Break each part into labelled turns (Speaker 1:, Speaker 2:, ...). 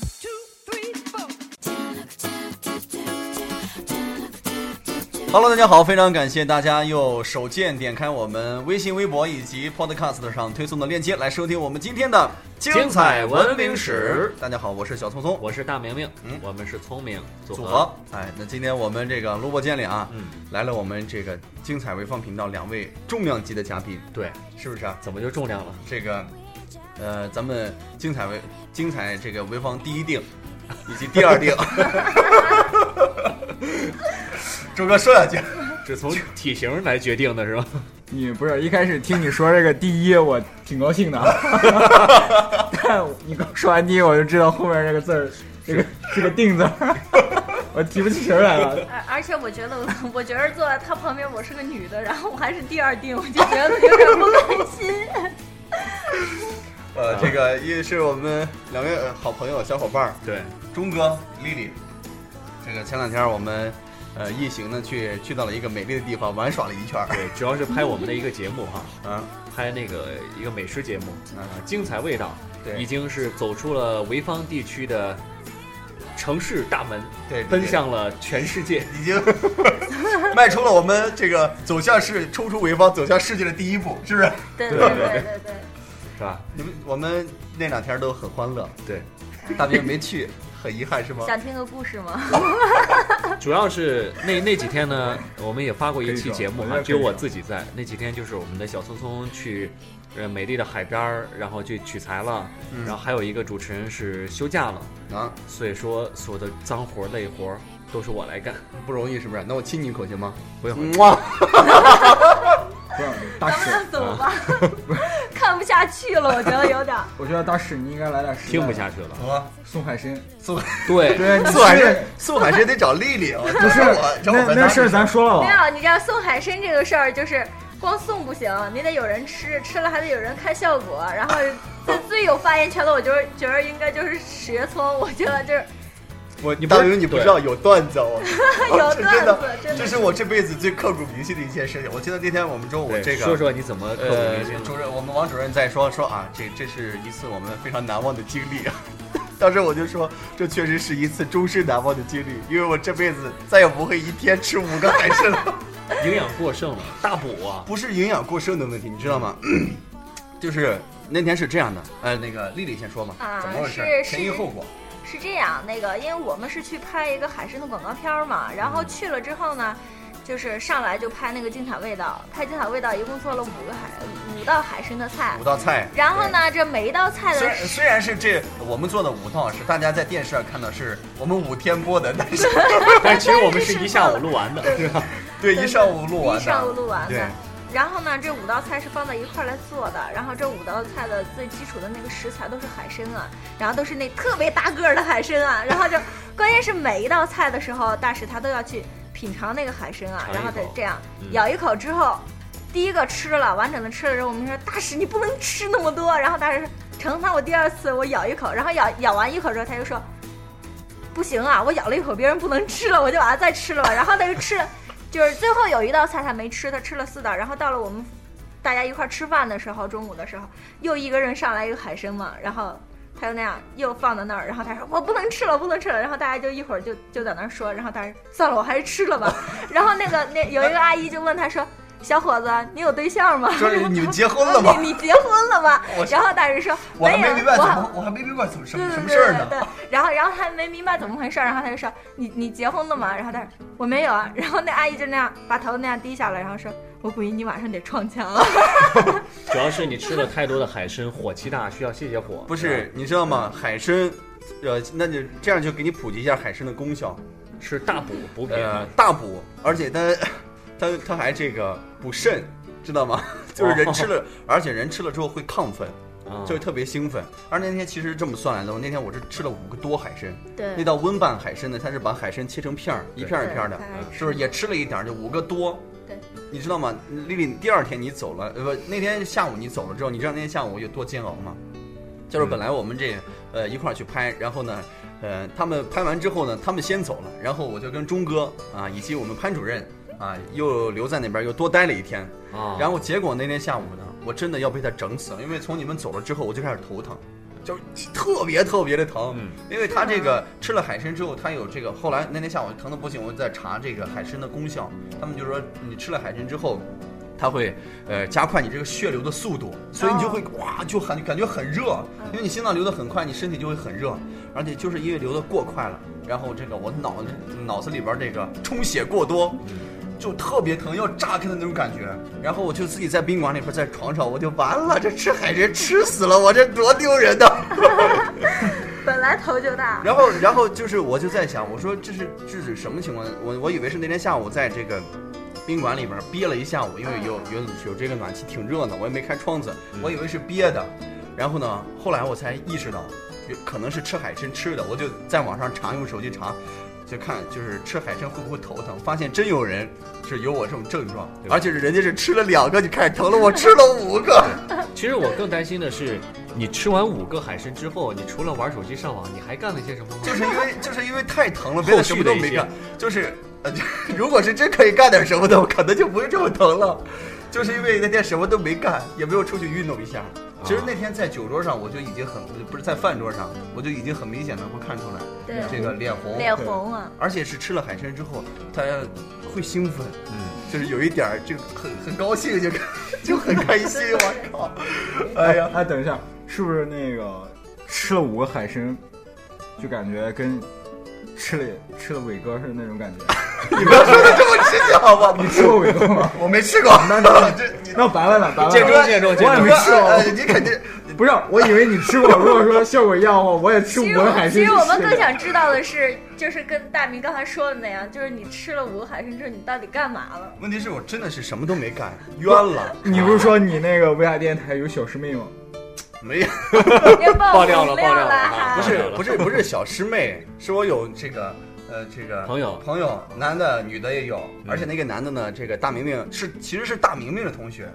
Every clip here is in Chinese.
Speaker 1: Hello，大家好，非常感谢大家又手贱点开我们微信、微博以及 Podcast 上推送的链接来收听我们今天的
Speaker 2: 精彩文明史。
Speaker 1: 大家好，我是小聪聪，
Speaker 2: 我是大明明，
Speaker 1: 嗯
Speaker 2: 我们是聪明组
Speaker 1: 组合。哎，那今天我们这个录播间里啊，
Speaker 2: 嗯
Speaker 1: 来了我们这个精彩潍坊频道两位重量级的嘉宾，
Speaker 2: 对，
Speaker 1: 是不是啊？
Speaker 2: 怎么就重量了？
Speaker 1: 这个，呃，咱们精彩潍精彩这个潍坊第一定以及第二 定， 周哥说两句。
Speaker 2: 是从体型来决定的是吧？
Speaker 3: 你不是一开始听你说这个第一，我挺高兴的啊，但你刚说完第一，我就知道后面这个字儿，这个是个定字儿， 我提不起神儿来 了。
Speaker 4: 而而且我觉得，我觉得坐在他旁边我是个女的，然后我还是第二定，我就觉得有点不甘心。
Speaker 1: 呃，这个也是我们两位呃好朋友、小伙伴儿，
Speaker 2: 对，
Speaker 1: 钟哥、丽丽。这个前两天我们呃一行呢去去到了一个美丽的地方玩耍了一圈儿，
Speaker 2: 对，主要是拍我们的一个节目哈，
Speaker 1: 啊，
Speaker 2: 拍那个一个美食节目
Speaker 1: 嗯
Speaker 2: 啊，精彩味道，
Speaker 1: 对
Speaker 2: 已经是走出了潍坊地区的城市大门，
Speaker 1: 对对
Speaker 2: 奔向了全世界。
Speaker 1: 已经迈出了我们这个走向世、冲出潍坊、走向世界的第一步，是不是？
Speaker 4: 对
Speaker 2: 对
Speaker 4: 对
Speaker 2: 对
Speaker 4: 对对对，
Speaker 2: 是吧？
Speaker 1: 你们我们那两天都很欢 乐，
Speaker 2: 对，
Speaker 1: 大明没去，很遗憾是吗？
Speaker 4: 想听个故事吗？
Speaker 2: 主要是那那几天呢，我们也发过一期节目
Speaker 3: 可以说我觉
Speaker 2: 哈，
Speaker 3: 得
Speaker 2: 只有我自己在。那几天就是我们的小聪聪去，呃，美丽的海边儿，然后去取材了，
Speaker 1: 嗯
Speaker 2: 然后还有一个主持人是休假了，
Speaker 1: 啊，
Speaker 2: 所以说所有的脏活儿累活儿都是我来干，
Speaker 1: 不容易是不是？那我亲你一口行吗？
Speaker 2: 不用。
Speaker 1: 嗯哇，
Speaker 3: 不是大
Speaker 4: 咱们
Speaker 3: 使，
Speaker 4: 俩
Speaker 1: 啊
Speaker 4: 走吧， 看不下去了，我觉得有点。
Speaker 3: 我觉得大使你应该来点实在的
Speaker 2: 听不下去了，
Speaker 1: 走吧，
Speaker 3: 宋海参，
Speaker 1: 啊苏
Speaker 2: 对
Speaker 3: 对，啊你
Speaker 1: 苏海
Speaker 3: 是
Speaker 1: 参，苏海参得找丽丽，我
Speaker 3: 不
Speaker 1: 不
Speaker 3: 是
Speaker 1: 我，找我
Speaker 3: 那
Speaker 1: 们
Speaker 3: 那
Speaker 1: 当
Speaker 3: 事儿
Speaker 1: 时
Speaker 3: 咱说了
Speaker 4: 没
Speaker 3: 吧？啊
Speaker 4: 有，你知道送海参这个事儿，就是光送不行，你得有人吃，吃了还得有人看效果。然后
Speaker 1: 哦
Speaker 4: 最最有发言权的，我就是觉得应该就是史学聪，我觉得就是
Speaker 1: 我你
Speaker 2: 不
Speaker 1: 大
Speaker 2: 是
Speaker 1: 明你不知道有段子哦，
Speaker 4: 有
Speaker 1: 这
Speaker 4: 段
Speaker 1: 真
Speaker 4: 子
Speaker 1: 的，，
Speaker 4: 真
Speaker 1: 这
Speaker 4: 的
Speaker 1: 是我这辈子最刻骨铭心的一件事情。我记得那天我们中午
Speaker 2: 对
Speaker 1: 这个
Speaker 2: 说说你怎么刻骨
Speaker 1: 呃
Speaker 2: 铭心了
Speaker 1: 主任，我们王主任在说说啊，这这是一次我们非常难忘的经历啊。 当时我就说，这确实是一次终身难忘的经历，因为我这辈子再也不会一天吃五个海参了。
Speaker 2: 营养过剩了，大补啊，
Speaker 1: 不是营养过剩的问题，你知道吗？ 就是那天是这样的，呃，那个丽丽先说嘛，
Speaker 4: 啊
Speaker 1: 怎么回事？
Speaker 4: 是
Speaker 1: 前因后果。
Speaker 4: 是这样，那个因为我们是去拍一个海参的广告片儿嘛，然
Speaker 1: 嗯
Speaker 4: 后去了之后呢，就是上来就拍那个精彩味道，拍精彩味道一共做了五个海五道海参的菜
Speaker 1: 五，道菜，
Speaker 4: 然后呢，这每一道菜
Speaker 1: 虽
Speaker 4: 的
Speaker 1: 然虽然是这我们做的五套是大家在电视上看到是我们五天播的， 但是
Speaker 2: 但其实我们是一下午录完的，对吧？
Speaker 1: 对一上午录完
Speaker 4: 一
Speaker 1: 的，
Speaker 4: 上午录完
Speaker 1: 对
Speaker 4: 的。然后呢，这五道菜是放在一块儿来做的，然后这五道菜的最基础的那个食材都是海参啊，然后都是那特别大个儿的海 参啊，然后就关键是每一道菜的时候，大使他都要去品尝那个海参啊
Speaker 2: 尝，一口
Speaker 4: 然后得这样、
Speaker 2: 嗯
Speaker 4: 咬一口之后，第一个吃了完整的吃了之后，我们说大使你不能吃那么多，然后大使说成，那我第二次我咬一口，然后咬咬完一口之后他就说。不行啊！我咬了一口，别人不能吃了，我就把它再吃了吧。然后他就吃了，就是最后有一道菜他没吃，他吃了四道。然后到了我们大家一块儿吃饭的时候，中午的时候，又一个人上来一个海参嘛，然后他就那样又放到那儿，然后他说我不能吃了，不能吃了。然后大家就一会儿就就在那儿说，然后他说算了，我还是吃了吧。 然后那个那有一个阿姨就问他说。小伙子，你有对象吗？
Speaker 1: 说你们结婚 了吗
Speaker 4: 你你结婚了吗
Speaker 1: 我？是
Speaker 4: 然后大人说
Speaker 1: 我还没
Speaker 4: 有啊
Speaker 1: 明白
Speaker 4: 我
Speaker 1: 怎
Speaker 4: 还
Speaker 1: 么，我还没明白怎么什
Speaker 4: 对
Speaker 1: 么什
Speaker 4: 对
Speaker 1: 么
Speaker 4: 对
Speaker 1: 事儿
Speaker 4: 对
Speaker 1: 呢。
Speaker 4: 对，然后然后他没明白怎么回事儿，然后他就说：“你你结婚了吗？”然后他说：“我没有啊。”然后那阿姨就那样把头那样低下来，然后说：“我估计你晚上得撞墙了。
Speaker 2: 主要是你吃了太多的海参，火气大，需要泄泄火。
Speaker 1: 不是，你知道吗？海参，呃，那就这样就给你普及一下海参的功效，
Speaker 2: 吧，是呃大补补品，
Speaker 1: 呃，大补，而且它，它它还这个补肾，知道吗？ 就是人吃了，而且人吃了之后会亢奋，
Speaker 2: 啊
Speaker 1: 就会特别兴奋。而那天其实这么算来的话，那天我是吃了五个多海参，”
Speaker 4: 对
Speaker 1: 那道温拌海参呢，它是把海参切成片儿，一片儿一片儿的，嗯就是也吃了一点儿，就五个多。
Speaker 4: 对，
Speaker 1: 你知道吗？丽丽，第二天你走了，呃，不，那天下午你走了之后，你知道那天下午我有多煎熬吗？就是本来我们这呃一块儿去拍，然后呢，呃，他们拍完之后呢，他们先走了，然后我就跟钟哥啊，以及我们潘主任啊，又留在那边又多待了一天。
Speaker 2: 啊，
Speaker 1: 然后结果那天下午呢，我真的要被他整死了，因为从你们走了之后，我就开始头疼，就是特别特别的疼。
Speaker 2: 嗯
Speaker 1: 因为他这个吃了海参之后，他有这个，后来那天下午疼的不行，我就在查这个海参的功效，他们就说你吃了海参之后。它会，呃，加快你这个血流的速度，所以你就会哇，就很感觉很热，因为你心脏流的很快，你身体就会很热，而且就是因为流的过快了，然后这个我脑脑子里边这个充血过多，就特别疼，要炸开的那种感觉。然后我就自己在宾馆里边，在床上，我就完了，这吃海参吃死了，我这多丢人呐！
Speaker 4: 本来头就大，
Speaker 1: 然后，然后就是我就在想，我说这是这是什么情况？我我以为是那天下午在这个宾馆里边憋了一下午，因为有有有这个暖气挺热的，我也没开窗子，我以为是憋的。然后呢，后来我才意识到，可能是吃海参吃的。我就在网上查，用手机查。就看就是吃海参会不会头疼，发现真有人是有我这种症状，
Speaker 2: 对吧
Speaker 1: 而且是人家是吃了两个就开始疼了，我吃了五个。
Speaker 2: 其实我更担心的是，你吃完五个海参之后，你除了玩手机上网，你还干了些什么吗？
Speaker 1: 就是因为就是因为太疼了，别的什么都没干
Speaker 2: 后，
Speaker 1: 就是呃，如果是真可以干点什么的，我可能就不会这么疼了。就是因为那天什么都没干，也没有出去运动一下。其实那天在酒桌上，我就已经很不是在饭桌上，我就已经很明显能够看出来
Speaker 4: 对，
Speaker 1: 这个脸红，
Speaker 4: 脸红啊，
Speaker 1: 而且是吃了海参之后，他会兴奋，
Speaker 2: 嗯，
Speaker 1: 就是有一点儿就很很高兴，就就很开心。我靠，哎呀，
Speaker 3: 哎，等一下，是不是那个吃了五个海参，就感觉跟吃了吃了伟哥是那种感觉？
Speaker 1: 你不要说的这么直接好吧？
Speaker 3: 你吃过伟哥吗？
Speaker 1: 我没吃过，这 你
Speaker 3: 那白问了，
Speaker 1: 啊
Speaker 3: 白问了。
Speaker 2: 见证见证见
Speaker 3: 我也
Speaker 2: 证
Speaker 3: 没吃过。
Speaker 1: 呃，你肯定
Speaker 3: 不是，我以为你 吃过。如果说效果一样的话，我也吃五
Speaker 4: 其实
Speaker 3: 个海
Speaker 4: 我
Speaker 3: 参。
Speaker 4: 其实我们更想知道的是，就是跟大明刚才说的那样，就是你吃了五个海参之后，你到底干嘛 了？
Speaker 1: 问题是我真的是什么都没干，冤了，
Speaker 3: 你不是说你那个威亚电台有小师妹 吗？
Speaker 1: 没 有，
Speaker 4: 别爆
Speaker 2: 爆料了
Speaker 4: 料
Speaker 2: 爆料了
Speaker 4: 还
Speaker 2: 啊
Speaker 1: 不是不是不是小师妹，是我有这个呃这个
Speaker 2: 朋友嗯
Speaker 1: 朋友，男的女的也有，而且那个男的呢，这个大明明是其实是大明明的同学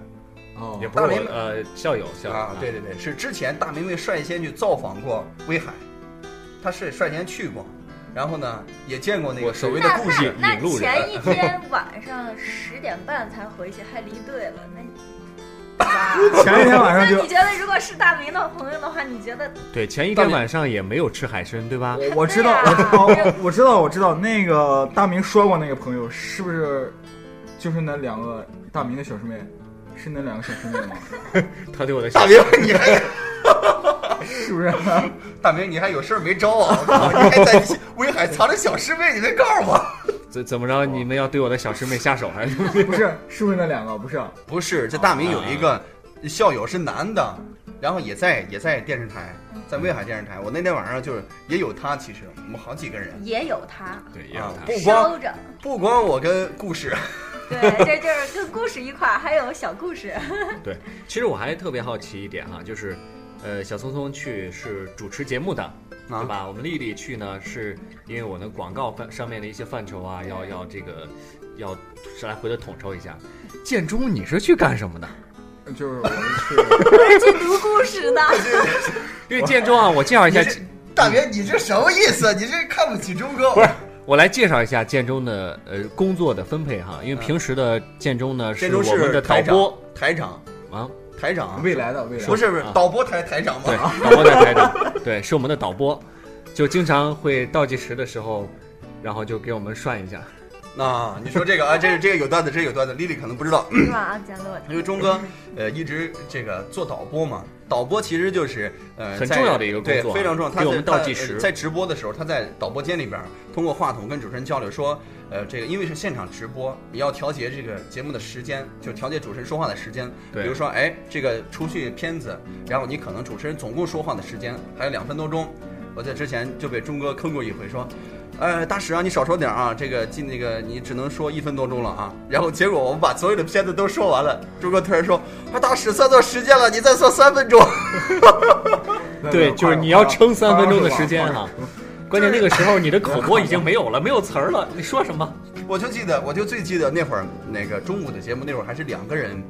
Speaker 3: 哦
Speaker 2: 也不
Speaker 1: 大
Speaker 2: 是
Speaker 1: 明
Speaker 2: 我呃校友校友
Speaker 1: 啊，对对对，是之前大明明率先去造访过威海，他是率先去过，然后呢也见过那个
Speaker 2: 我所谓的
Speaker 4: 那
Speaker 2: 故事
Speaker 4: 那
Speaker 2: 引
Speaker 4: 那
Speaker 2: 路
Speaker 4: 前
Speaker 2: 人，
Speaker 4: 一天晚上十点半才回去，还离队了，那你。
Speaker 3: 前一天晚
Speaker 4: 那
Speaker 3: 上就
Speaker 4: 你觉得，如果是大明的朋友的话，你觉得
Speaker 2: 对前一
Speaker 1: 到
Speaker 2: 天
Speaker 1: 底
Speaker 2: 晚上也没有吃海参，对吧？
Speaker 3: 我我知道，我知道，哦我知道，我知道。那个大明说过，那个朋友是不是就是那两个大明的小师妹？是那两个小师妹吗？
Speaker 2: 他对我的
Speaker 1: 大
Speaker 2: 小
Speaker 1: 明你还
Speaker 3: 是不是？
Speaker 1: 大明你还有事儿没招啊？我靠你还在威海藏着小师妹，你没告诉我？
Speaker 2: 怎怎么着？你们要对我的小师妹下手还是？
Speaker 3: 不是，是不是那两个？不是，
Speaker 1: 不是，这大明有一
Speaker 2: 啊
Speaker 1: 个校友是男的，然后也在也在电视台，在威海电视台。我那天晚上就是也有他，其实我们好几个人
Speaker 4: 也有他
Speaker 2: 对，也
Speaker 1: 啊
Speaker 2: 有，他。
Speaker 1: 不
Speaker 4: 收
Speaker 1: 光
Speaker 4: 着？
Speaker 1: 不光我跟故 事，
Speaker 4: 对，这就是跟故事一块儿，还有小故事。
Speaker 2: 对，其实我还特别好奇一点哈，就是，呃，小聪聪去是主持节目的，对吧？我们丽丽去呢，是因为我的广告范上面的一些范畴啊，要要这个，要是来回头统筹一下。建中你是去干什么的？
Speaker 3: 就是我们去，
Speaker 4: 我是去读故事的，
Speaker 2: 因为建中啊，我介绍一
Speaker 1: 你
Speaker 2: 下，嗯
Speaker 1: 这大明你这什么意思？你这看不起周哥？
Speaker 2: 不是，我来介绍一下建中的呃工作的分配哈，因为平时的建中呢
Speaker 1: 建
Speaker 2: 是
Speaker 1: 中
Speaker 2: 我们
Speaker 1: 是
Speaker 2: 的导
Speaker 1: 台
Speaker 2: 播
Speaker 1: 长，台长，
Speaker 2: 啊，
Speaker 1: 台长，
Speaker 3: 未来的未来的
Speaker 1: 不是不是
Speaker 2: 啊
Speaker 1: 导播台台长
Speaker 2: 对
Speaker 1: 吗？，
Speaker 2: 导播的台长， 对，是我们的导播，就经常会倒计时的时候，然后就给我们涮一下。
Speaker 1: 啊，你说这个啊，这个这个有段子，这个有段子，丽丽可能不知道。
Speaker 4: 是吧？啊，简洛，
Speaker 1: 因为钟哥，呃，一直这个做导播嘛，导播其实就是呃
Speaker 2: 很
Speaker 1: 在
Speaker 2: 重要的一个工
Speaker 1: 对
Speaker 2: 作啊
Speaker 1: 非常重要。他
Speaker 2: 给我
Speaker 1: 在
Speaker 2: 们倒
Speaker 1: 他
Speaker 2: 计
Speaker 1: 呃
Speaker 2: 时
Speaker 1: 在直播的时候，他在导播间里边儿通过话筒跟主持人交流，说，呃，这个因为是现场直播，你要调节这个节目的时间，就调节主持人说话的时间。
Speaker 2: 对
Speaker 1: 比如说，哎，这个出去片子，然后你可能主持人总共说话的时间还有两分多钟。我在之前就被钟哥坑过一回，说。呃，大使啊，你少说点啊，这个进那个你只能说一分多钟了啊。然后结果我们把所有的片子都说完了，钟哥突然说：“啊，大使算错时间了，你再算三分钟。
Speaker 2: 对，就是你要撑三分钟的时间哈、关键那个时候你的口播已经没有了，没有词儿了，你说什么？”
Speaker 1: 我就记得，我就最记得那会儿那个中午的节目，那会儿还是两个人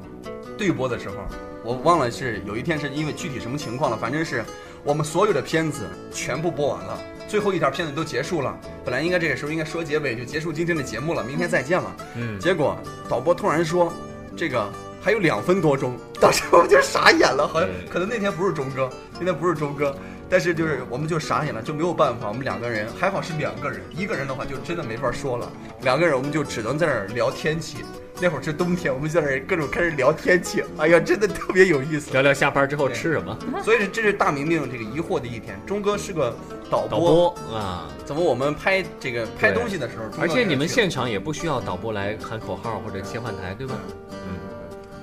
Speaker 1: 对播的时候，我忘了是有一天是因为具体什么情况了，反正是我们所有的片子全部播完了，最后一条片子都结束了。本来应该这个时候应该说结尾，就结束今天的节目了，明天再见了。
Speaker 2: 嗯，
Speaker 1: 结果导播突然说，这个还有两分多 钟，当时我们就傻眼了，好像
Speaker 2: 对
Speaker 1: 可能那天不是钟哥，那天不是钟哥，但是就是我们就傻眼了，就没有办法，我们两个人还好是两个人，一个人的话就真的没法说了，两个人我们就只能在那儿聊天气。那会儿是冬天，我们就在那儿各种开始聊天气，哎呀，真的特别有意思。
Speaker 2: 聊聊下班之后吃什么，
Speaker 1: 所以这是大明明这个疑惑的一天。钟哥是个导播，
Speaker 2: 导播啊。
Speaker 1: 怎么我们拍这个拍东西的时候，
Speaker 2: 而且你们
Speaker 1: 现
Speaker 2: 现场也不需要导播来喊口号或者切换台，对吧？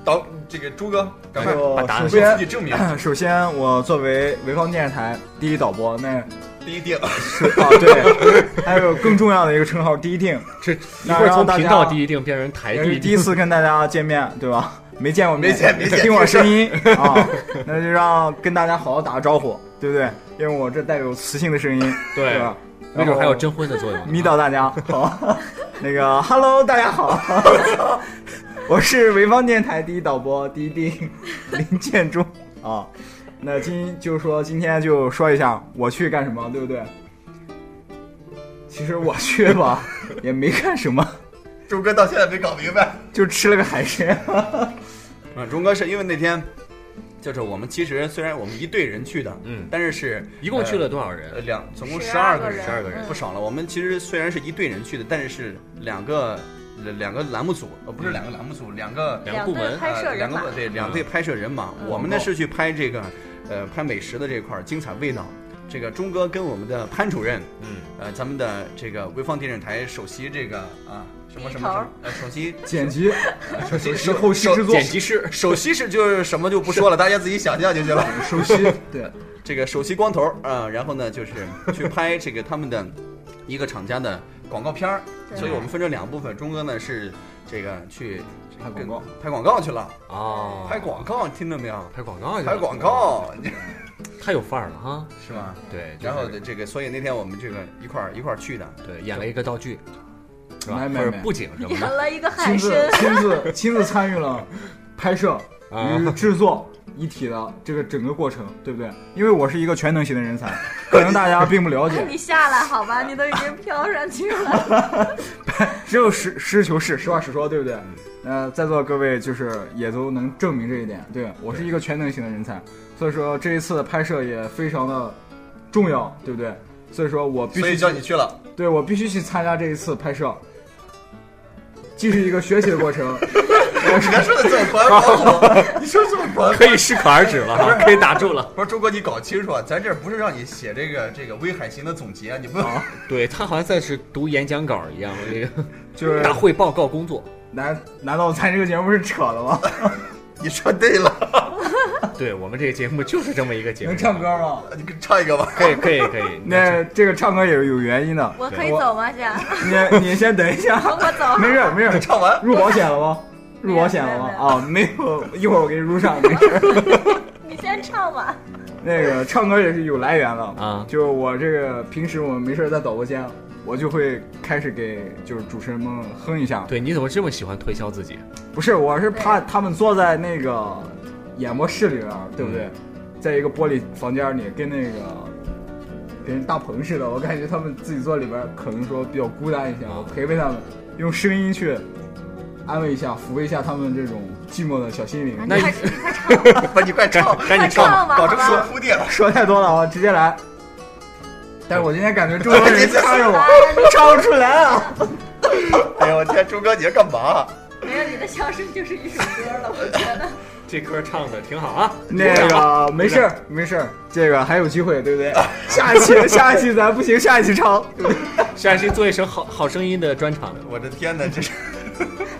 Speaker 1: 导这个朱哥，赶快
Speaker 3: 就
Speaker 2: 把答案
Speaker 3: 首
Speaker 2: 说
Speaker 1: 自己
Speaker 3: 先
Speaker 1: 证明
Speaker 3: 首先我作为潍坊电视台第一导播，那
Speaker 1: 第一定。
Speaker 3: 是啊对，还有更重要的一个称号第一定，
Speaker 2: 这一
Speaker 3: 那
Speaker 2: 会儿
Speaker 3: 让
Speaker 2: 从
Speaker 3: 大
Speaker 2: 频
Speaker 3: 家
Speaker 2: 道第一定变成台
Speaker 3: 也是
Speaker 2: 哎第
Speaker 3: 第
Speaker 2: 一
Speaker 3: 一
Speaker 2: 定，
Speaker 3: 次跟大家见面，对吧？没见过面，
Speaker 1: 没见没见
Speaker 3: 听我声 音啊，那就让跟大家好好打个招呼，对不对？因为我这带有磁性的声音，
Speaker 2: 对
Speaker 3: 对吧？
Speaker 2: 没准还
Speaker 3: 然
Speaker 2: 有
Speaker 3: 后
Speaker 2: 征婚的作用。啊
Speaker 3: 迷倒大家，好， 那个 Hello，大家好， 我是潍坊电台第一导播第一 定林建中啊。那今就是说今天就说一下我去干什么，对不对？其实我去 吧也没干什么，
Speaker 1: 朱哥到现在没搞明白。
Speaker 3: 就吃了个海参。
Speaker 1: 嗯，钟哥是因为那天，就是我们其实虽然我们一队人去的，
Speaker 2: 嗯
Speaker 1: 但是是
Speaker 2: 一共去了多少
Speaker 1: 呃
Speaker 3: 哎
Speaker 2: 人？
Speaker 1: 两，总共十
Speaker 4: 12
Speaker 1: 二
Speaker 4: 个
Speaker 1: 个
Speaker 4: 人
Speaker 1: 人，
Speaker 4: 嗯
Speaker 1: 嗯
Speaker 2: 12个人
Speaker 1: 不少了。我们其实虽然是一队人去的，但是是两个两个栏目组，呃，不是两个栏目组，两个
Speaker 2: 两个部
Speaker 4: 两
Speaker 2: 门
Speaker 4: 队拍摄
Speaker 1: 呃
Speaker 4: 人
Speaker 1: 两
Speaker 4: 马
Speaker 1: 个，对两队拍摄人马，我们呢是去拍这个，呃，拍美食的这块儿精彩味道。这个钟哥跟我们的潘主任，
Speaker 2: 嗯，
Speaker 1: 呃，咱们的这个潍坊电视台首席这个啊什么什么什么，呃，首席
Speaker 3: 剪辑，
Speaker 1: 首席
Speaker 3: 是后期制作
Speaker 2: 剪，辑师
Speaker 1: 首席是就是什么就不说了，大家自己想象就行了。
Speaker 3: 首席， 对，
Speaker 1: 这个首席光头儿啊、然后呢就是去拍这个他们的一个厂家的广告片儿，
Speaker 4: 对
Speaker 1: 所以我们分成两部分。钟哥呢是这个去
Speaker 3: 拍广告，
Speaker 1: 拍广告去了，
Speaker 2: 哦，
Speaker 1: 拍广告，听到没有？
Speaker 2: 拍广告去了，
Speaker 1: 拍广告，你
Speaker 2: 太有范儿了哈。
Speaker 1: 是吗？
Speaker 2: 对，就是
Speaker 1: 然后这个，所以那天我们这个一块儿一块儿去的，
Speaker 2: 对演了一个道具，是吧？
Speaker 3: 没没
Speaker 2: 或者
Speaker 3: 没
Speaker 2: 布景什么
Speaker 4: 演
Speaker 2: 的，
Speaker 4: 了一个海
Speaker 3: 亲自
Speaker 4: 参，
Speaker 3: 亲自亲自参与了拍摄
Speaker 2: 啊
Speaker 3: 与制作一体的这个整个过程，对不对？因为我是一个全能型的人才，可能大家并不了解
Speaker 4: 哎 你，下来好吧，你都已经飘上去 了。
Speaker 3: 只有实实事求是，实话实说，对不对？呃，在座各位就是也都能证明这一点，对我是一个全能型的人才，所以说这一次的拍摄也非常的重要，对不对？所以说我必
Speaker 1: 所以
Speaker 3: 须
Speaker 1: 叫你去了。
Speaker 3: 对我必须去参加这一次拍摄，既是一个学习的过程，也
Speaker 1: 你
Speaker 3: 是
Speaker 1: 还说的这么宽广，你说这么宽，
Speaker 2: 可以适可而止了 哈，可以打住了。
Speaker 1: 不是周哥，你搞清楚啊，咱这不是让你写这个这个威海行的总结啊，你不能。
Speaker 2: 对他好像在是读演讲稿一样，这个
Speaker 3: 就是
Speaker 2: 大会报告工作。
Speaker 3: 难难道咱这个节目是扯的吗？
Speaker 1: 你说对了，
Speaker 2: 对我们这个节目就是这么一个节目，
Speaker 3: 能唱歌吗？
Speaker 1: 你给唱一个吧。
Speaker 2: 可以可以 可以。
Speaker 3: 那这个唱歌也是有原因的。
Speaker 4: 我可以走吗？先，
Speaker 3: 你你先等一下，
Speaker 4: 我走。
Speaker 3: 没事没事，
Speaker 1: 唱完，
Speaker 3: 入保险了吗？入保险了吗？啊，没有，一会儿我给你入 上，没事。
Speaker 4: 你先唱吧。
Speaker 3: 那个唱歌也是有来源的
Speaker 2: 啊
Speaker 3: 就我这个平时我没事在导播间，我就会开始给就是主持人们哼一下。
Speaker 2: 对，你怎么这么喜欢推销自己？
Speaker 3: 不是，我是怕他们坐在那个演播室里边儿，对不对？在一个玻璃房间里，跟那个跟大棚似的。我感觉他们自己坐里边儿，可能说比较孤单一些，
Speaker 2: 啊
Speaker 3: 我陪陪他们，用声音去安慰一下、抚慰一下他们这种寂寞的小心灵。
Speaker 4: 啊你快你快唱 吧，
Speaker 1: 不是你快唱，
Speaker 2: 赶紧
Speaker 4: 快
Speaker 2: 唱吧。
Speaker 4: 唱吧，
Speaker 1: 搞
Speaker 4: 好
Speaker 1: 成说
Speaker 4: 吧。
Speaker 1: 铺垫了。
Speaker 3: 说太多了啊，直接来。但是我今天感觉周围的人
Speaker 1: 你这
Speaker 3: 看着我
Speaker 4: 啊，
Speaker 3: 唱不出来啊。
Speaker 1: 哎呦我天，朱哥你在干嘛？啊
Speaker 4: 你没有你的笑声就是一首歌了，我觉 得。
Speaker 2: 这歌唱的挺好啊。
Speaker 3: 那个没事儿，没事儿，这个还有机会，对不对？下一期，下一期咱不行，下一期唱。
Speaker 2: 下期做一首好好声音的专场。
Speaker 1: 我的天哪，这 是……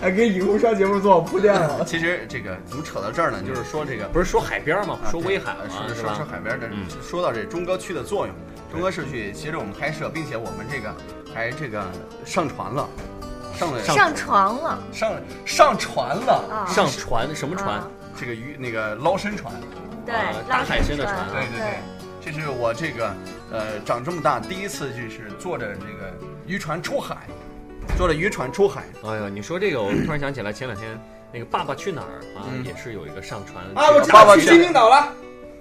Speaker 3: 还给以后上节目做铺 垫了。
Speaker 1: 其实这个怎么扯到这儿呢？就是说这个
Speaker 2: 不是说海边吗？
Speaker 1: 啊
Speaker 2: 说威海
Speaker 1: 对
Speaker 2: 吗？
Speaker 1: 呃
Speaker 2: 是
Speaker 1: 说说
Speaker 2: 吧？
Speaker 1: 海边的
Speaker 2: 嗯。
Speaker 1: 说到这钟哥去的作用，钟哥是去协助我们拍摄，并且我们这个还这个上传了，上了
Speaker 4: 上床了
Speaker 1: 上上传了，
Speaker 4: 啊！
Speaker 2: 上船什么船
Speaker 4: 啊？
Speaker 1: 这个鱼那个捞生传，
Speaker 4: 对
Speaker 2: 啊，大海参的船啊
Speaker 4: 船，
Speaker 1: 对对对，这是我这个呃长这么大第一次就是坐着这个渔船出海，坐着渔船出海
Speaker 2: 哎呀，你说这个，我突然想起来，前两天那个《爸爸去哪儿》啊，
Speaker 1: 嗯
Speaker 2: 也是有一个上船
Speaker 1: 啊，我
Speaker 2: 这个
Speaker 1: 爸爸去金星岛了。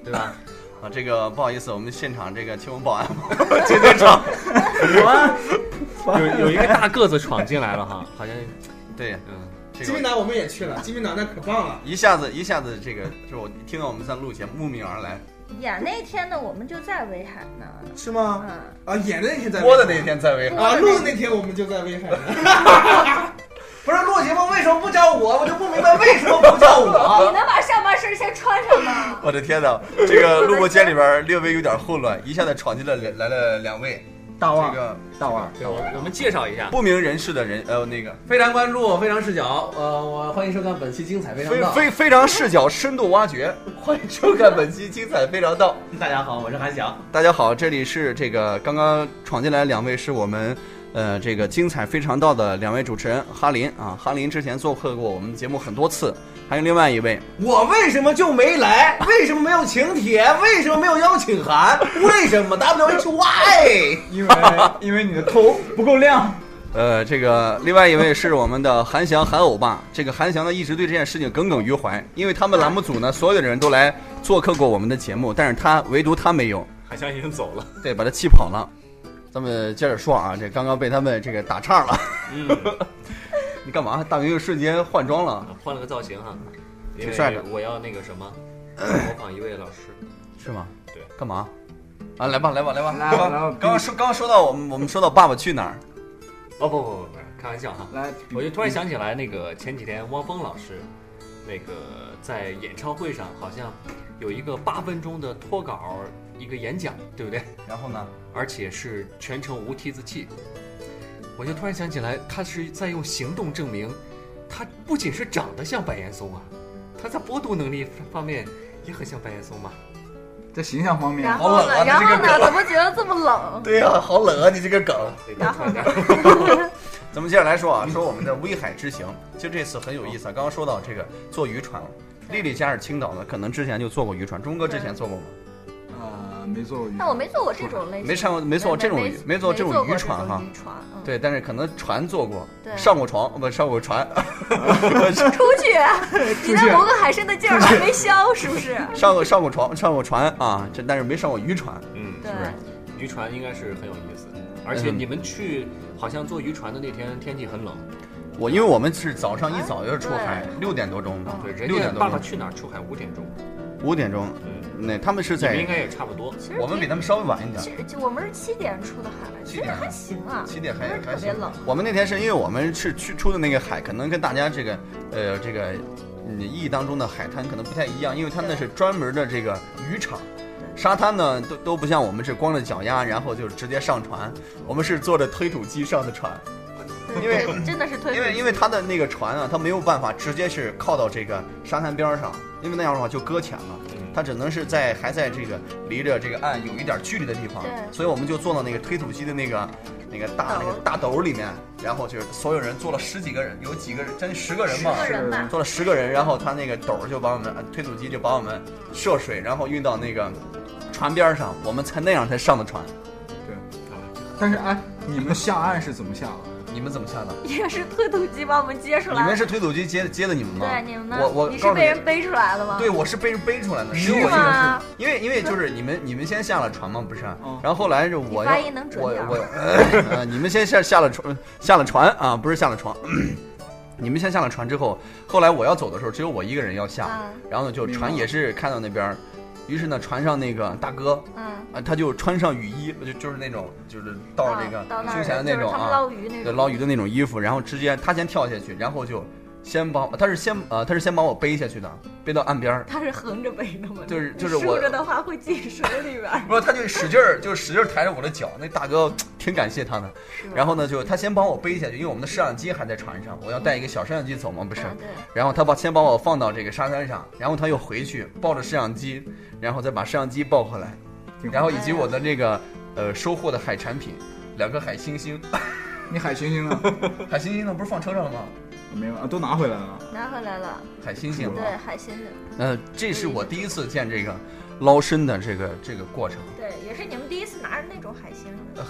Speaker 2: 对吧？
Speaker 1: 啊，这个不好意思，我们现场这个请我们保 安接接啊场。
Speaker 3: 啊
Speaker 2: 有有一个大个子闯进来了哈，好像
Speaker 1: 对，
Speaker 2: 嗯，
Speaker 1: 这
Speaker 5: 金
Speaker 1: 个
Speaker 5: 民岛我们也去了，金民岛那可棒了。
Speaker 1: 一下子一下子这个，就是我听到我们在录节目，慕名而来。
Speaker 4: 演那天呢，我们就在威海呢。
Speaker 2: 啊
Speaker 5: 是吗？
Speaker 4: 嗯，
Speaker 5: 啊，演的那天在
Speaker 1: 播的那天在威海，
Speaker 5: 啊，录的那天我们就在威海。 不是录节目为什么不叫我？我就不明白为什么不叫
Speaker 4: 你
Speaker 5: 我。
Speaker 4: 能把上半身先穿上
Speaker 2: 嗯
Speaker 4: 吗？
Speaker 1: 我的天哪，这个录播间里边略微有点混乱，一下子闯进了两来了两位，
Speaker 3: 大
Speaker 1: 这
Speaker 3: 腕，
Speaker 1: 个
Speaker 3: 大腕，
Speaker 2: 对，我我们介绍一下，
Speaker 1: 不明人士的人，呃，那个
Speaker 6: 非常关注，非常视角，呃，我欢迎收看本期精彩非常
Speaker 1: 非
Speaker 6: 道。
Speaker 1: 非非常视角深度挖 掘，欢迎收看本期精彩非常道。
Speaker 6: 大家好，我是韩翔。
Speaker 1: 大家好，这里是这个刚刚闯进来的两位是我们，呃，这个精彩非常道的两位主持人哈林啊，哈林之前做客过我们节目很多次，还有另外一位，
Speaker 6: 我为什么就没来？为什么没有请帖？为什么没有邀请函？为什么 W H Y？
Speaker 3: 因 为因为你的头不够亮，
Speaker 1: 呃，这个另外一位是我们的韩翔韩欧巴，这个韩翔呢一直对这件事情呃耿耿于怀，因为他们栏目组呢所有的人都来做客过我们的节目，但是他唯独他没有，
Speaker 2: 好像已经走了，
Speaker 1: 对，把他气跑了。咱们接着说啊，这刚刚被他们这个打岔了，
Speaker 2: 嗯，
Speaker 1: 你干嘛？大明又瞬间换装了，
Speaker 2: 换了个造型哈，因
Speaker 1: 挺帅的
Speaker 2: 为我要那个什么，模仿一位老师，
Speaker 1: 是吗？
Speaker 2: 对，
Speaker 1: 干嘛？啊，来吧，来吧，来吧，
Speaker 3: 来
Speaker 1: 吧
Speaker 3: 吧来吧
Speaker 1: 刚刚说，刚刚说到我们，我们说到《爸爸去哪儿
Speaker 2: 哦不不不不是，开玩笑哈，
Speaker 3: 来，
Speaker 2: 我就突然想起来，那个前几天汪峰老师，那个在演唱会上好像有一个八分钟的脱稿一个演讲，对不对？》，
Speaker 1: 然后呢？
Speaker 2: 而且是全程无梯子气。我就突然想起来，他是在用行动证明，他不仅是长得像白岩松啊，他在播读能力方面也很像白岩松嘛。
Speaker 3: 在形象方面
Speaker 4: 然，后
Speaker 1: 好冷啊
Speaker 4: 呢？然
Speaker 1: 这个
Speaker 4: 后呢？怎么觉得这么冷？
Speaker 1: 对呀、好冷啊，你这个梗。
Speaker 4: 然后 呢？
Speaker 1: 咱们接着来说啊，说我们的威海之行，其实这次很有意思啊。刚刚说到这个坐渔船，丽丽家是青岛的，可能之前就坐过渔船。钟哥之前坐过吗？
Speaker 3: 呃，没做过鱼，
Speaker 4: 但我没坐过这种类型，
Speaker 1: 没上过，没坐过这种渔，
Speaker 4: 没
Speaker 1: 没坐过
Speaker 4: 这
Speaker 1: 这种渔船哈
Speaker 4: 种。渔船，嗯，
Speaker 1: 对，但是可能船坐过，
Speaker 4: 对
Speaker 1: 上过床，不上过船，
Speaker 4: 出 去，啊你的某个海参的劲儿还没消，是不是？
Speaker 1: 上过上过床，上过船啊，这但是没上过渔船。
Speaker 2: 嗯，
Speaker 4: 对，
Speaker 2: 渔船应该是很有意思，而且
Speaker 1: 嗯
Speaker 2: 你们去好像坐渔船的那天天气很冷，
Speaker 1: 我因为我们是早上一早就出海，六点多钟，
Speaker 2: 对，啊人
Speaker 1: 六
Speaker 2: 家
Speaker 1: 点
Speaker 2: 爸
Speaker 1: 多
Speaker 2: 爸
Speaker 1: 钟，
Speaker 2: 去哪儿出海五点钟，
Speaker 1: 五点钟，
Speaker 2: 嗯，
Speaker 1: 那他们是
Speaker 2: 你们应
Speaker 1: 在
Speaker 2: 该也差不多。
Speaker 4: 其实
Speaker 1: 我们比他们稍微晚一点。
Speaker 4: 其实就我们是七点出的海，
Speaker 1: 七
Speaker 4: 其
Speaker 1: 点
Speaker 4: 实还行啊，
Speaker 1: 七点还
Speaker 4: 不是
Speaker 1: 还
Speaker 4: 特
Speaker 1: 行
Speaker 4: 别冷。
Speaker 1: 我们那天是因为我们是去出的那个海，可能跟大家这个呃这个嗯意义当中的海滩可能不太一样，因为它那
Speaker 4: 对
Speaker 1: 是专门的这个渔场。沙滩呢，都都不像我们是光着脚丫，然后就直接上船。我们是坐着推土机上的船，
Speaker 4: 对
Speaker 1: 因为
Speaker 4: 对真的是推，
Speaker 1: 因为因为它的那个船啊，它没有办法直接是靠到这个沙滩边儿上，因为那样的话就搁浅了。
Speaker 2: 嗯
Speaker 1: 它只能是在还在这个离着这个岸有一点距离的地方，
Speaker 4: 对
Speaker 1: 所以我们就坐到那个推土机的那个那个大
Speaker 4: 斗
Speaker 1: 那个大斗里面，然后就是所有人坐了十几个人，有几个人将近十个人
Speaker 4: 十
Speaker 1: 吧，
Speaker 4: 个人吧，
Speaker 1: 坐了十个人，然后他那个斗儿就把我们呃推土机就把我们涉水，然后运到那个船边儿上，我们才那样才上的船。
Speaker 3: 但是哎，你们下岸是怎么下的？
Speaker 1: 你们怎么下的？
Speaker 4: 也是推土机把我们接出
Speaker 1: 你们
Speaker 4: 来。
Speaker 1: 是推土机接接的你们吗？
Speaker 4: 对，你们呢？
Speaker 1: 我我
Speaker 4: 你
Speaker 1: 告
Speaker 4: 是
Speaker 1: 诉
Speaker 4: 被人背出来的吗？
Speaker 1: 对，我是被人背出来的，只有
Speaker 4: 是
Speaker 1: 我一个
Speaker 4: 吗？
Speaker 1: 因为因为就是你们你们先下了船嘛，不是？啊
Speaker 3: 嗯
Speaker 1: 然后后来是我
Speaker 4: 哦你发
Speaker 1: 要
Speaker 4: 音能准
Speaker 1: 我
Speaker 4: 点儿
Speaker 1: 我、 呃呃你们先下下了船下了船啊，不是下了床。 你们先下了船之后，后来我要走的时候，只有我一个人要下，
Speaker 4: 嗯
Speaker 1: 然后呢，就
Speaker 3: 明白
Speaker 1: 船也是开到那边儿，于是呢，船上那个大哥
Speaker 4: 嗯，
Speaker 1: 啊，他就穿上雨衣，就就是那种就是到这个
Speaker 4: 啊到那
Speaker 1: 胸
Speaker 4: 儿
Speaker 1: 前的
Speaker 4: 就
Speaker 1: 那
Speaker 4: 是
Speaker 1: 种
Speaker 4: 他们
Speaker 1: 啊，
Speaker 4: 捞鱼那
Speaker 1: 对
Speaker 4: 种，
Speaker 1: 捞鱼的那种衣服，然后直接他先跳下去，然后就先把他是先呃他是先把我背下去的，背到岸边儿，
Speaker 4: 他是横着背的吗？
Speaker 1: 就是
Speaker 4: 你
Speaker 1: 就是我
Speaker 4: 竖着的话会进水里边儿，
Speaker 1: 不是，他就使劲儿，就使劲儿抬着我的脚。那大哥挺感谢他的。
Speaker 4: 是吧
Speaker 1: 然后呢，就他先帮我背下去，因为我们的摄像机还在船上，我要带一个小摄像机走嘛，不是？
Speaker 4: 嗯对，
Speaker 1: 然后他把先把我放到这个沙滩上，然后他又回去抱着摄像机，然后再把摄像机抱回来，
Speaker 3: 挺好
Speaker 1: 然后以及我的那个呃收获的海产品，两个海星星，
Speaker 3: 你海星 星呢？
Speaker 1: 海星星呢不是放车上了吗？
Speaker 3: 没有啊，都拿回来了。
Speaker 4: 拿回来了，
Speaker 1: 海星星，
Speaker 4: 对，海鲜的，
Speaker 1: 呃，这是我第一次见这个捞深的这个这个过程。
Speaker 4: 对，也是你们第一次拿着那种海鲜，
Speaker 1: 呃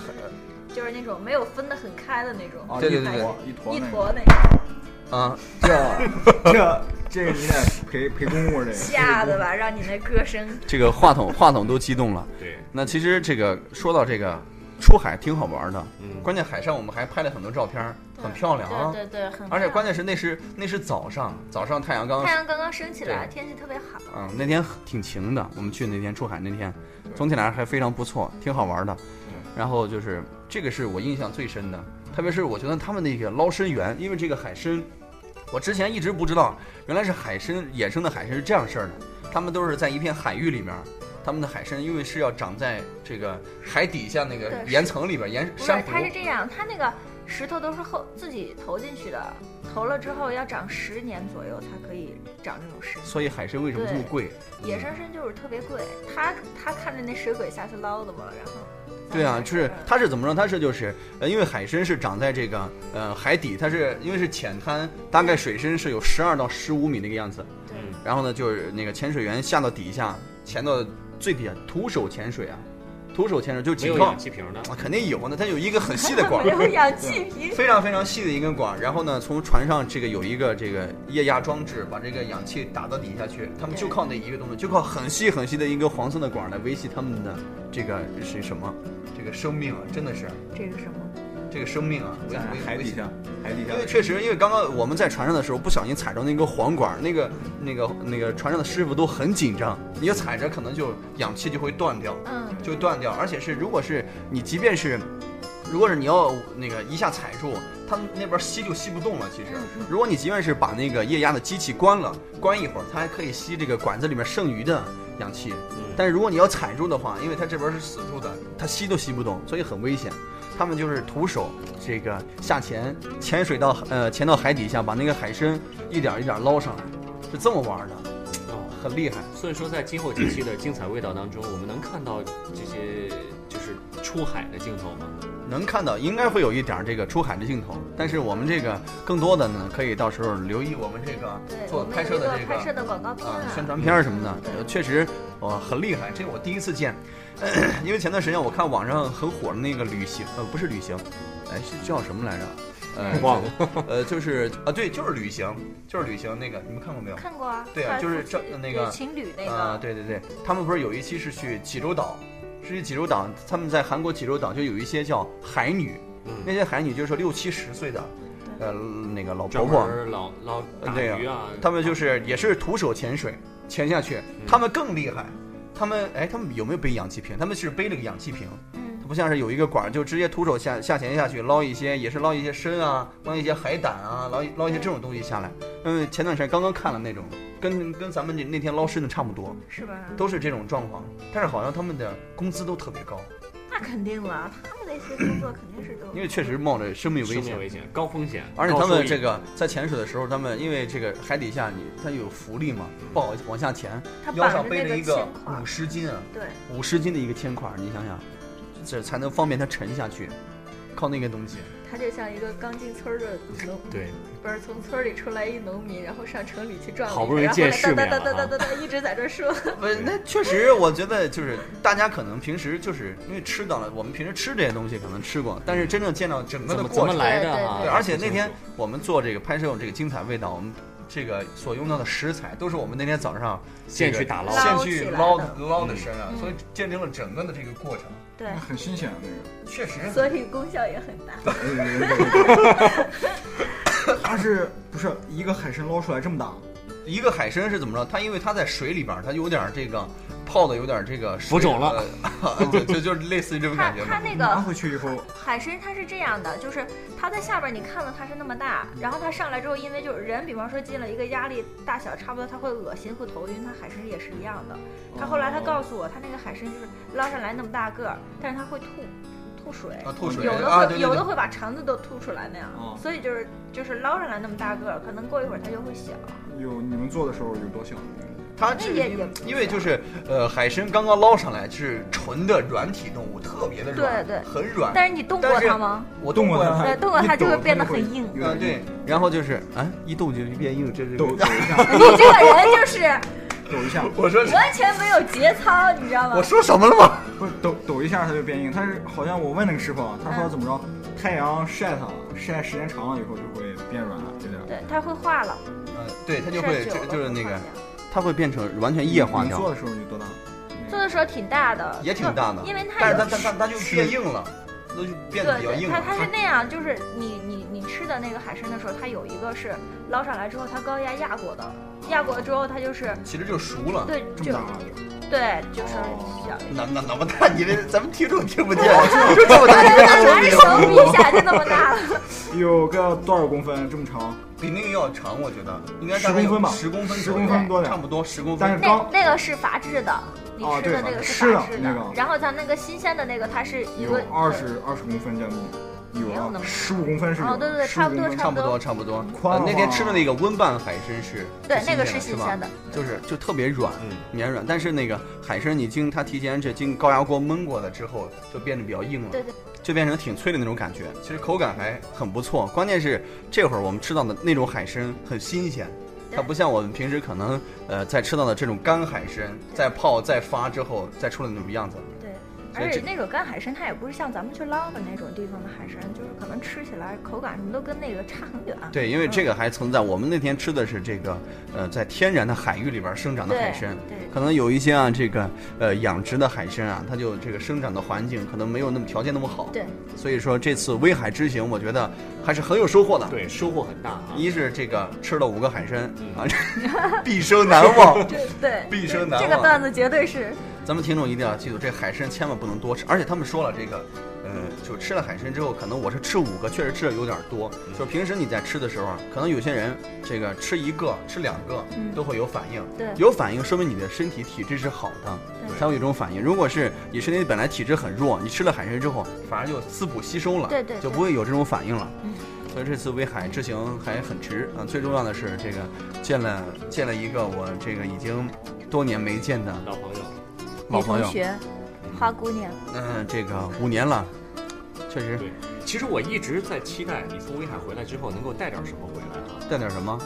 Speaker 4: 就是那种没有分得很开的那种，哦
Speaker 3: 啊，
Speaker 1: 对对
Speaker 3: 一
Speaker 1: 对
Speaker 3: 坨一坨
Speaker 4: 一
Speaker 3: 那个
Speaker 4: 坨那个，
Speaker 1: 啊，
Speaker 3: 这这这个你得陪陪公务这个。
Speaker 4: 吓得吧，让你那歌声
Speaker 1: 这个话筒话筒都激动了。
Speaker 2: 对，
Speaker 1: 那其实这个说到这个出海挺好玩的，
Speaker 2: 嗯
Speaker 1: 关键海上我们还拍了很多照片儿，很漂亮啊。
Speaker 4: 对对对，很。
Speaker 1: 而且关键是那是那是早上，早上太阳刚
Speaker 4: 太阳刚刚升起来，
Speaker 1: 对
Speaker 4: 天气特别好。
Speaker 1: 嗯，那天挺晴的，我们去那天出海那天，总体来说还非常不错，挺好玩的。然后就是这个是我印象最深的，特别是我觉得他们那个捞参员，因为这个海参，我之前一直不知道，原来是海参野生的海参是这样事儿的，他们都是在一片海域里面。他们的海参因为是要长在这个海底下那个
Speaker 4: 对
Speaker 1: 岩层里边，岩
Speaker 4: 不是
Speaker 1: 珊，瑚
Speaker 4: 它是这样，它那个石头都是后自己投进去的，投了之后要长十年左右才可以长这种参。
Speaker 1: 所以海参为什么这么
Speaker 4: 对
Speaker 1: 贵？
Speaker 4: 野生参就是特别贵，它它看着那水鬼下去捞的嘛，然后。
Speaker 1: 对啊，就是
Speaker 4: 嗯
Speaker 1: 它是怎么着？它是就是，呃，因为海参是长在这个呃海底，它是因为是浅滩，大概水深是有十二到十五米那个样子。
Speaker 4: 对
Speaker 1: 然后呢，就是那个潜水员下到底下，潜到最底下，徒手潜水啊，徒手潜水就
Speaker 2: 没
Speaker 1: 几
Speaker 2: 有
Speaker 1: 趟
Speaker 2: 氧气瓶的，
Speaker 1: 啊，肯定有呢。它有一个很细的管
Speaker 4: 没
Speaker 1: 儿，
Speaker 4: 有氧气瓶，
Speaker 1: 非常非常细的一根管儿。然后呢，从船上这个有一个这个液压装置，把这个氧气打到底下去。他们就靠那一个东西，就靠很细很细的一根黄色的管儿来维系他们的这个是什么？这个生命啊，真的是。
Speaker 4: 这是什么？
Speaker 1: 这个生命啊，危
Speaker 3: 在海底下，海底
Speaker 1: 因为
Speaker 3: 下
Speaker 1: 确实，因为刚刚我们在船上的时候不小心踩着那个簧管，那个、那个、那个船上的师傅都很紧张，你要踩着可能就氧气就会断掉，
Speaker 4: 嗯，
Speaker 1: 就断掉。而且是如果是你，即便是如果是你要那个一下踩住，它那边吸就吸不动了。其实，如果你即便是把那个液压的机器关了，关一会儿，它还可以吸这个管子里面剩余的氧气。但是如果你要踩住的话，因为它这边是死住的，它吸都吸不动，所以很危险。他们就是徒手这个下潜，潜水到呃潜到海底下，把那个海参一点一点捞上来，是这么玩的，
Speaker 2: 哦
Speaker 1: 很厉害。
Speaker 2: 所以说，在今后几期的精彩味道当中，我们能看到这些就是出海的镜头吗？
Speaker 1: 能看到，应该会有一点儿这个出海的镜头，但是我们这个更多的呢，可以到时候留意我们这个
Speaker 4: 对，
Speaker 1: 做
Speaker 4: 我们有
Speaker 1: 拍
Speaker 4: 一
Speaker 1: 摄的
Speaker 4: 个
Speaker 1: 这
Speaker 4: 拍摄
Speaker 1: 个
Speaker 4: 的广告片
Speaker 1: 啊
Speaker 4: 啊
Speaker 1: 宣传片儿什么的，
Speaker 4: 对
Speaker 1: 呃确实哇、很厉害，这个我第一次见， 因为前段时间我看网上很火的那个旅行，呃不是旅行，哎是叫什么来着？呃
Speaker 2: 忘
Speaker 1: 了，呃就是啊对，就是旅行，就是旅行那个，你们看过没有？
Speaker 4: 看过啊，
Speaker 1: 对啊
Speaker 4: 快
Speaker 1: 就是这
Speaker 4: 速情
Speaker 1: 那个
Speaker 4: 对情侣那
Speaker 1: 啊，
Speaker 4: 个，
Speaker 1: 对对对，他们不是有一期是去济州岛，是去济州岛，他们在韩国济州岛就有一些叫海女，那些海女就是说六七十岁的，呃，那个老婆
Speaker 2: 专
Speaker 1: 婆，
Speaker 2: 门老老打
Speaker 1: 呃对
Speaker 2: 鱼啊，
Speaker 1: 他们就是也是徒手潜水，潜下去，
Speaker 2: 嗯
Speaker 1: 他们更厉害。他们哎，他们有没有背氧气瓶？他们是背了个氧气瓶，
Speaker 4: 嗯
Speaker 1: 它不像是有一个管儿就直接徒手下下潜下去捞一些，也是捞一些参啊，捞一些海胆啊，捞一捞一些这种东西下来。嗯，前段时间刚刚看了那种，跟跟咱们那那天捞参的差不多。
Speaker 4: 是吧？
Speaker 1: 都是这种状况，但是好像他们的工资都特别高，
Speaker 4: 那肯定了，他们那些工作肯定是都
Speaker 1: 因为确实冒着生命
Speaker 2: 生
Speaker 1: 危
Speaker 2: 命
Speaker 1: 险。
Speaker 2: 危险，高风险，
Speaker 1: 而且他
Speaker 2: 高收
Speaker 1: 们
Speaker 2: 益
Speaker 1: 这个在潜水的时候，他们因为这个海底下你它有浮力嘛，不好往下潜，
Speaker 4: 他
Speaker 1: 腰
Speaker 4: 绑着
Speaker 1: 上
Speaker 4: 那
Speaker 1: 背着一
Speaker 4: 铅
Speaker 1: 个
Speaker 4: 块
Speaker 1: 五，十斤啊，
Speaker 4: 对，
Speaker 1: 五十斤的一个铅块儿，你想想，这才能方便它沉下去，靠那个东西。
Speaker 4: 他就像一个刚进村儿的农，
Speaker 2: 对，
Speaker 4: 不是从村儿里出来一农民，然后上城里去转了一圈，
Speaker 2: 好不容易见世面
Speaker 4: 然后
Speaker 2: 了
Speaker 4: 哒
Speaker 2: 啊
Speaker 4: 哒哒哒哒哒一直在这儿说，
Speaker 1: 不是，那确实，我觉得就是大家可能平时就是因为吃到了，我们平时吃这些东西可能吃过，但是真正见到整个
Speaker 2: 怎
Speaker 1: 的
Speaker 2: 么
Speaker 1: 过
Speaker 2: 怎么
Speaker 1: 程。
Speaker 2: 来的
Speaker 4: 对
Speaker 2: 啊？
Speaker 1: 对，而且那天我们做这个拍摄有这个精彩味道，我们这个所用到的食材都是我们那天早上
Speaker 2: 现
Speaker 1: 这个
Speaker 2: 去打捞
Speaker 1: 现
Speaker 4: 捞
Speaker 1: 去
Speaker 4: 起来
Speaker 1: 捞
Speaker 4: 的
Speaker 1: 捞的参啊，
Speaker 4: 嗯
Speaker 1: 所以见证了整个的这个过程，
Speaker 4: 对，
Speaker 3: 很新鲜啊那
Speaker 1: 确实
Speaker 4: 所以功效也很大。
Speaker 3: 个。 它是不是一个海参捞出来这么大？
Speaker 1: 一个海参是怎么着？它因为它在水里边儿，它有点儿这个泡的有点儿这个
Speaker 2: 浮肿了，
Speaker 1: 呃 就就就是类似于这种
Speaker 4: 他
Speaker 1: 感觉
Speaker 4: 他
Speaker 1: 嘛。
Speaker 4: 那
Speaker 3: 拿
Speaker 4: 个
Speaker 3: 回去以后，
Speaker 4: 海参它是这样的，就是它在下边你看到它是那么大，然后它上来之后，因为就是人，比方说进了一个压力大小差不多，它会恶心会头晕，它海参也是一样的。 他后来
Speaker 1: 哦
Speaker 4: 他告诉我，他那个海参就是捞上来那么大个儿，但是它会吐吐水。
Speaker 1: 啊，吐水
Speaker 4: 有的会、
Speaker 1: 啊，对对
Speaker 4: 有的
Speaker 1: 对，
Speaker 4: 会把肠子都吐出来那样，
Speaker 3: 哦
Speaker 4: 所以就是就是捞上来那么大个儿，可能过一会儿它就会小。
Speaker 1: 啊
Speaker 3: 哦有你们做的时候有多小？
Speaker 1: 它
Speaker 4: 那
Speaker 1: 是
Speaker 4: 也也
Speaker 1: 因为就是呃，海参刚刚捞上来是纯的软体动物，特别的软，
Speaker 4: 对对
Speaker 1: 很软。
Speaker 4: 但是你动过
Speaker 1: 但是
Speaker 4: 它吗？
Speaker 1: 我
Speaker 3: 动
Speaker 1: 过
Speaker 3: 过
Speaker 1: 呀，
Speaker 3: 它，
Speaker 4: 对动过它就会变得很硬
Speaker 3: 有
Speaker 1: 啊
Speaker 3: 点
Speaker 1: 对，然后就是啊，一动就变硬，这是
Speaker 3: 抖抖一下，
Speaker 4: 你这个人就是
Speaker 3: 抖一 下，
Speaker 1: 我说
Speaker 4: 完全没有节操，你知道吗？
Speaker 1: 我说什么了吗？
Speaker 4: 嗯
Speaker 3: 不是抖抖一下它就变硬。它是好像我问那个师傅啊，他说怎么着，太阳晒它了，晒时间长了以后就会变软了，有点儿。
Speaker 4: 对，它会化了，
Speaker 1: 呃，对，它就
Speaker 4: 晒
Speaker 1: 会
Speaker 4: 久
Speaker 1: 就
Speaker 4: 了
Speaker 1: 就是
Speaker 4: 会
Speaker 1: 那
Speaker 4: 化
Speaker 1: 个
Speaker 4: 掉，
Speaker 1: 它会变成完全液化
Speaker 3: 你做
Speaker 1: 掉，
Speaker 3: 的时候你多大？
Speaker 4: 做的时候挺大的，
Speaker 1: 也挺大的，
Speaker 4: 因为它
Speaker 1: 但是它
Speaker 4: 有
Speaker 1: 它它它就变硬了，那就变得
Speaker 4: 对
Speaker 1: 比较
Speaker 4: 对，
Speaker 1: 硬
Speaker 4: 它
Speaker 1: 了。
Speaker 4: 它是那样，就是你你你吃的那个海参的时候，它有一个是捞上来之后，它高压压过的，压过了之后它就是
Speaker 1: 其实就熟了，
Speaker 4: 对
Speaker 3: 这
Speaker 4: 就
Speaker 3: 么大啊
Speaker 4: 对就是
Speaker 3: 哦
Speaker 4: 小。
Speaker 1: 那那那么大，你这咱们听众听不见，就这么 大，你
Speaker 4: 拿
Speaker 1: 看手
Speaker 4: 着
Speaker 1: 柄
Speaker 4: 手比哎一下就那么大 了，
Speaker 3: 有个多少公分？这么长？
Speaker 1: 比那个要长，我觉得应该
Speaker 3: 10公分吧
Speaker 1: 十公分
Speaker 3: 10
Speaker 1: 左右，
Speaker 3: 公分多点
Speaker 1: 差不多十公分。
Speaker 3: 但是
Speaker 4: 那
Speaker 3: 刚
Speaker 4: 那个是阀制的，你
Speaker 3: 哦对
Speaker 4: 吃的那个
Speaker 3: 吃
Speaker 4: 是
Speaker 3: 的
Speaker 4: 阀制
Speaker 3: 那
Speaker 4: 的
Speaker 3: 个，
Speaker 4: 然后咱那个新鲜的那个它是一
Speaker 3: 有
Speaker 4: 个
Speaker 3: 二。十二十公分将近，
Speaker 4: 没有那
Speaker 3: 有啊
Speaker 4: 么
Speaker 3: 十五公分是有，
Speaker 4: 哦对对对
Speaker 3: 15
Speaker 4: 差不多
Speaker 3: 公分
Speaker 1: 差不多，差不多。
Speaker 3: 宽
Speaker 1: 呃
Speaker 3: 了
Speaker 1: 那天
Speaker 3: 吧
Speaker 1: 吃的那个温拌海参是，
Speaker 4: 对，那个是
Speaker 1: 是
Speaker 4: 新
Speaker 1: 吧
Speaker 4: 鲜的，
Speaker 1: 就是就特别软，
Speaker 2: 嗯
Speaker 1: 绵软。但是那个海参，你经它提前这经高压锅焖过了之后，就变得比较硬了，
Speaker 4: 对对，
Speaker 1: 就变成挺脆的那种感觉。其实口感还很不错，关键是这会儿我们吃到的那种海参很新鲜。
Speaker 4: 对
Speaker 1: 它不像我们平时可能，呃，在吃到的这种干海参，再泡再发之后再出来的那种样子，
Speaker 4: 对，
Speaker 1: 所以
Speaker 4: 而
Speaker 1: 这
Speaker 4: 且那种干海参，它也不是像咱们去捞的那种地方的海参，就是可能吃起来口感什么都跟那个差很远。
Speaker 1: 对，因为
Speaker 4: 嗯
Speaker 1: 这个还存在，我们那天吃的是这个，呃，在天然的海域里边儿生长的海参，
Speaker 4: 对对
Speaker 1: 可能有一些啊，这个呃养殖的海参啊，它就这个生长的环境可能没有那么条件那么好，
Speaker 4: 对，
Speaker 1: 所以说这次威海之行，我觉得还是很有收获的。，
Speaker 2: 对，收获很大啊。
Speaker 1: 一是这个吃了五个海参
Speaker 2: 嗯
Speaker 1: 啊， 毕生难忘。
Speaker 4: 对 对，
Speaker 1: 毕生难忘
Speaker 4: 这个段子绝对是
Speaker 1: 咱们听众一定要记住，这海参千万不能多吃，而且他们说了这个。呃，就吃了海参之后，可能我是吃五个，确实吃的有点多。
Speaker 2: 嗯
Speaker 1: 就平时你在吃的时候啊，可能有些人这个吃一个、吃两个
Speaker 4: 嗯
Speaker 1: 都会有反应，
Speaker 4: 对
Speaker 1: 有反应说明你的身体体质是好的，
Speaker 4: 对
Speaker 1: 才会有这种反应。如果是你身体本来体质很弱，你吃了海参之后，反而就滋补吸收了，
Speaker 4: 对对对
Speaker 1: 就不会有这种反应了。
Speaker 4: 嗯
Speaker 1: 所以这次威海之行还很值啊！最重要的是这个见了见了一个我这个已经多年没见的
Speaker 2: 老朋友，
Speaker 1: 老
Speaker 4: 女
Speaker 1: 朋友，
Speaker 4: 同学，花姑娘，
Speaker 1: 嗯，这个五年了，确实
Speaker 2: 对，其实我一直在期待你从威海回来之后能够带点什么回来啊，
Speaker 1: 带点什么？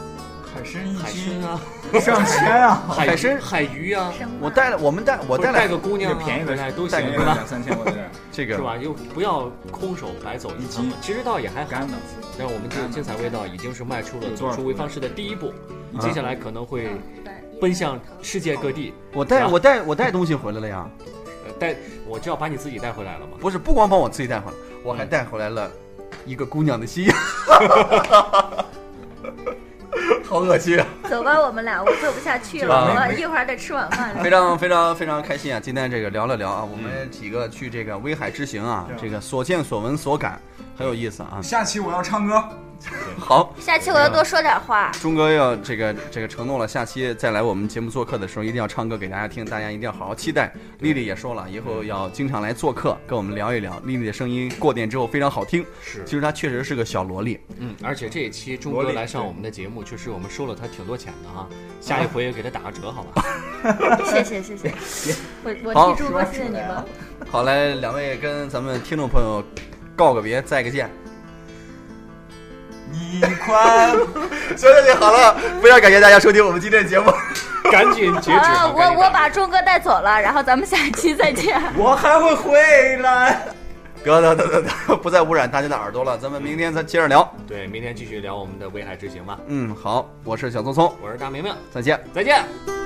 Speaker 3: 海参一
Speaker 2: 海参
Speaker 3: 斤
Speaker 2: 啊，
Speaker 3: 上千啊，
Speaker 2: 海
Speaker 1: 海参
Speaker 2: 海鱼啊，
Speaker 4: 什么
Speaker 1: 我带了，我们带我
Speaker 2: 或者
Speaker 1: 带
Speaker 2: 带
Speaker 1: 了
Speaker 2: 个姑
Speaker 3: 那
Speaker 2: 娘
Speaker 3: 个
Speaker 2: 啊
Speaker 3: 便宜的
Speaker 2: 回来都
Speaker 3: 带
Speaker 2: 行
Speaker 3: 个
Speaker 2: 是吧？
Speaker 3: 两三千，我在这儿
Speaker 1: 这
Speaker 2: 是
Speaker 1: 个
Speaker 2: 吧？又不要空手白走一趟嘛，其实倒也还好。
Speaker 3: 干的，
Speaker 2: 让我们这个精彩味道已经是迈出了
Speaker 3: 嗯有多
Speaker 2: 走
Speaker 3: 少嗯
Speaker 2: 出潍坊市的第一步，
Speaker 1: 啊
Speaker 2: 接下来可能会
Speaker 4: 嗯
Speaker 2: 奔向世界各地。
Speaker 1: 我带
Speaker 2: 是吧
Speaker 1: 我带我带东西回来了呀！
Speaker 2: 呃带我就要把你自己带回来了嘛。
Speaker 1: 不是，不光把我自己带回来，我还带回来了一个姑娘的心， 好恶心啊！
Speaker 4: 走吧，我们俩，我做不下去 了，
Speaker 1: 吧
Speaker 4: 我一会儿得吃晚 饭了。
Speaker 1: 非常非常非常开心啊！今天这个聊了聊啊，我们几个去这个威海之行啊，这个所见所闻所感很有意思啊。
Speaker 3: 下期我要唱歌，
Speaker 1: 好，
Speaker 4: 下期我要多说点话，
Speaker 1: 钟哥要这个这个承诺了，下期再来我们节目做客的时候，一定要唱歌给大家听，大家一定要好好期待。丽丽也说了，以后要经常来做客，跟我们聊一聊。丽丽的声音过电之后非常好听，
Speaker 2: 是
Speaker 1: 其实她确实是个小萝莉。
Speaker 2: 嗯，而且这一期钟
Speaker 3: 萝
Speaker 2: 哥
Speaker 3: 莉
Speaker 2: 来上我们的节目，确实我们收了他挺多钱的哈。下一
Speaker 3: 啊
Speaker 2: 回给他打个折，好吧？
Speaker 4: 谢谢谢谢， 我
Speaker 1: 好
Speaker 4: 我替朱哥谢谢你们，
Speaker 1: 好，来两位跟咱们听众朋友告个别，再个见。
Speaker 3: 你快
Speaker 1: 行行行，好了，非常感谢大家收听我们今天的节目。
Speaker 2: 赶紧截止
Speaker 4: 啊，
Speaker 2: 吧！赶
Speaker 4: 我
Speaker 2: 紧打
Speaker 4: 我把钟哥带走了，然后咱们下期再见。
Speaker 3: 我还会回来。
Speaker 1: 得得得得得，不再污染大家的耳朵了，咱们明天再接着聊。
Speaker 2: 对，明天继续聊我们的威海之行吧。
Speaker 1: 嗯，好，我是小聪聪，
Speaker 2: 我是大明明，
Speaker 1: 再见。
Speaker 2: 再见。
Speaker 4: 拜拜。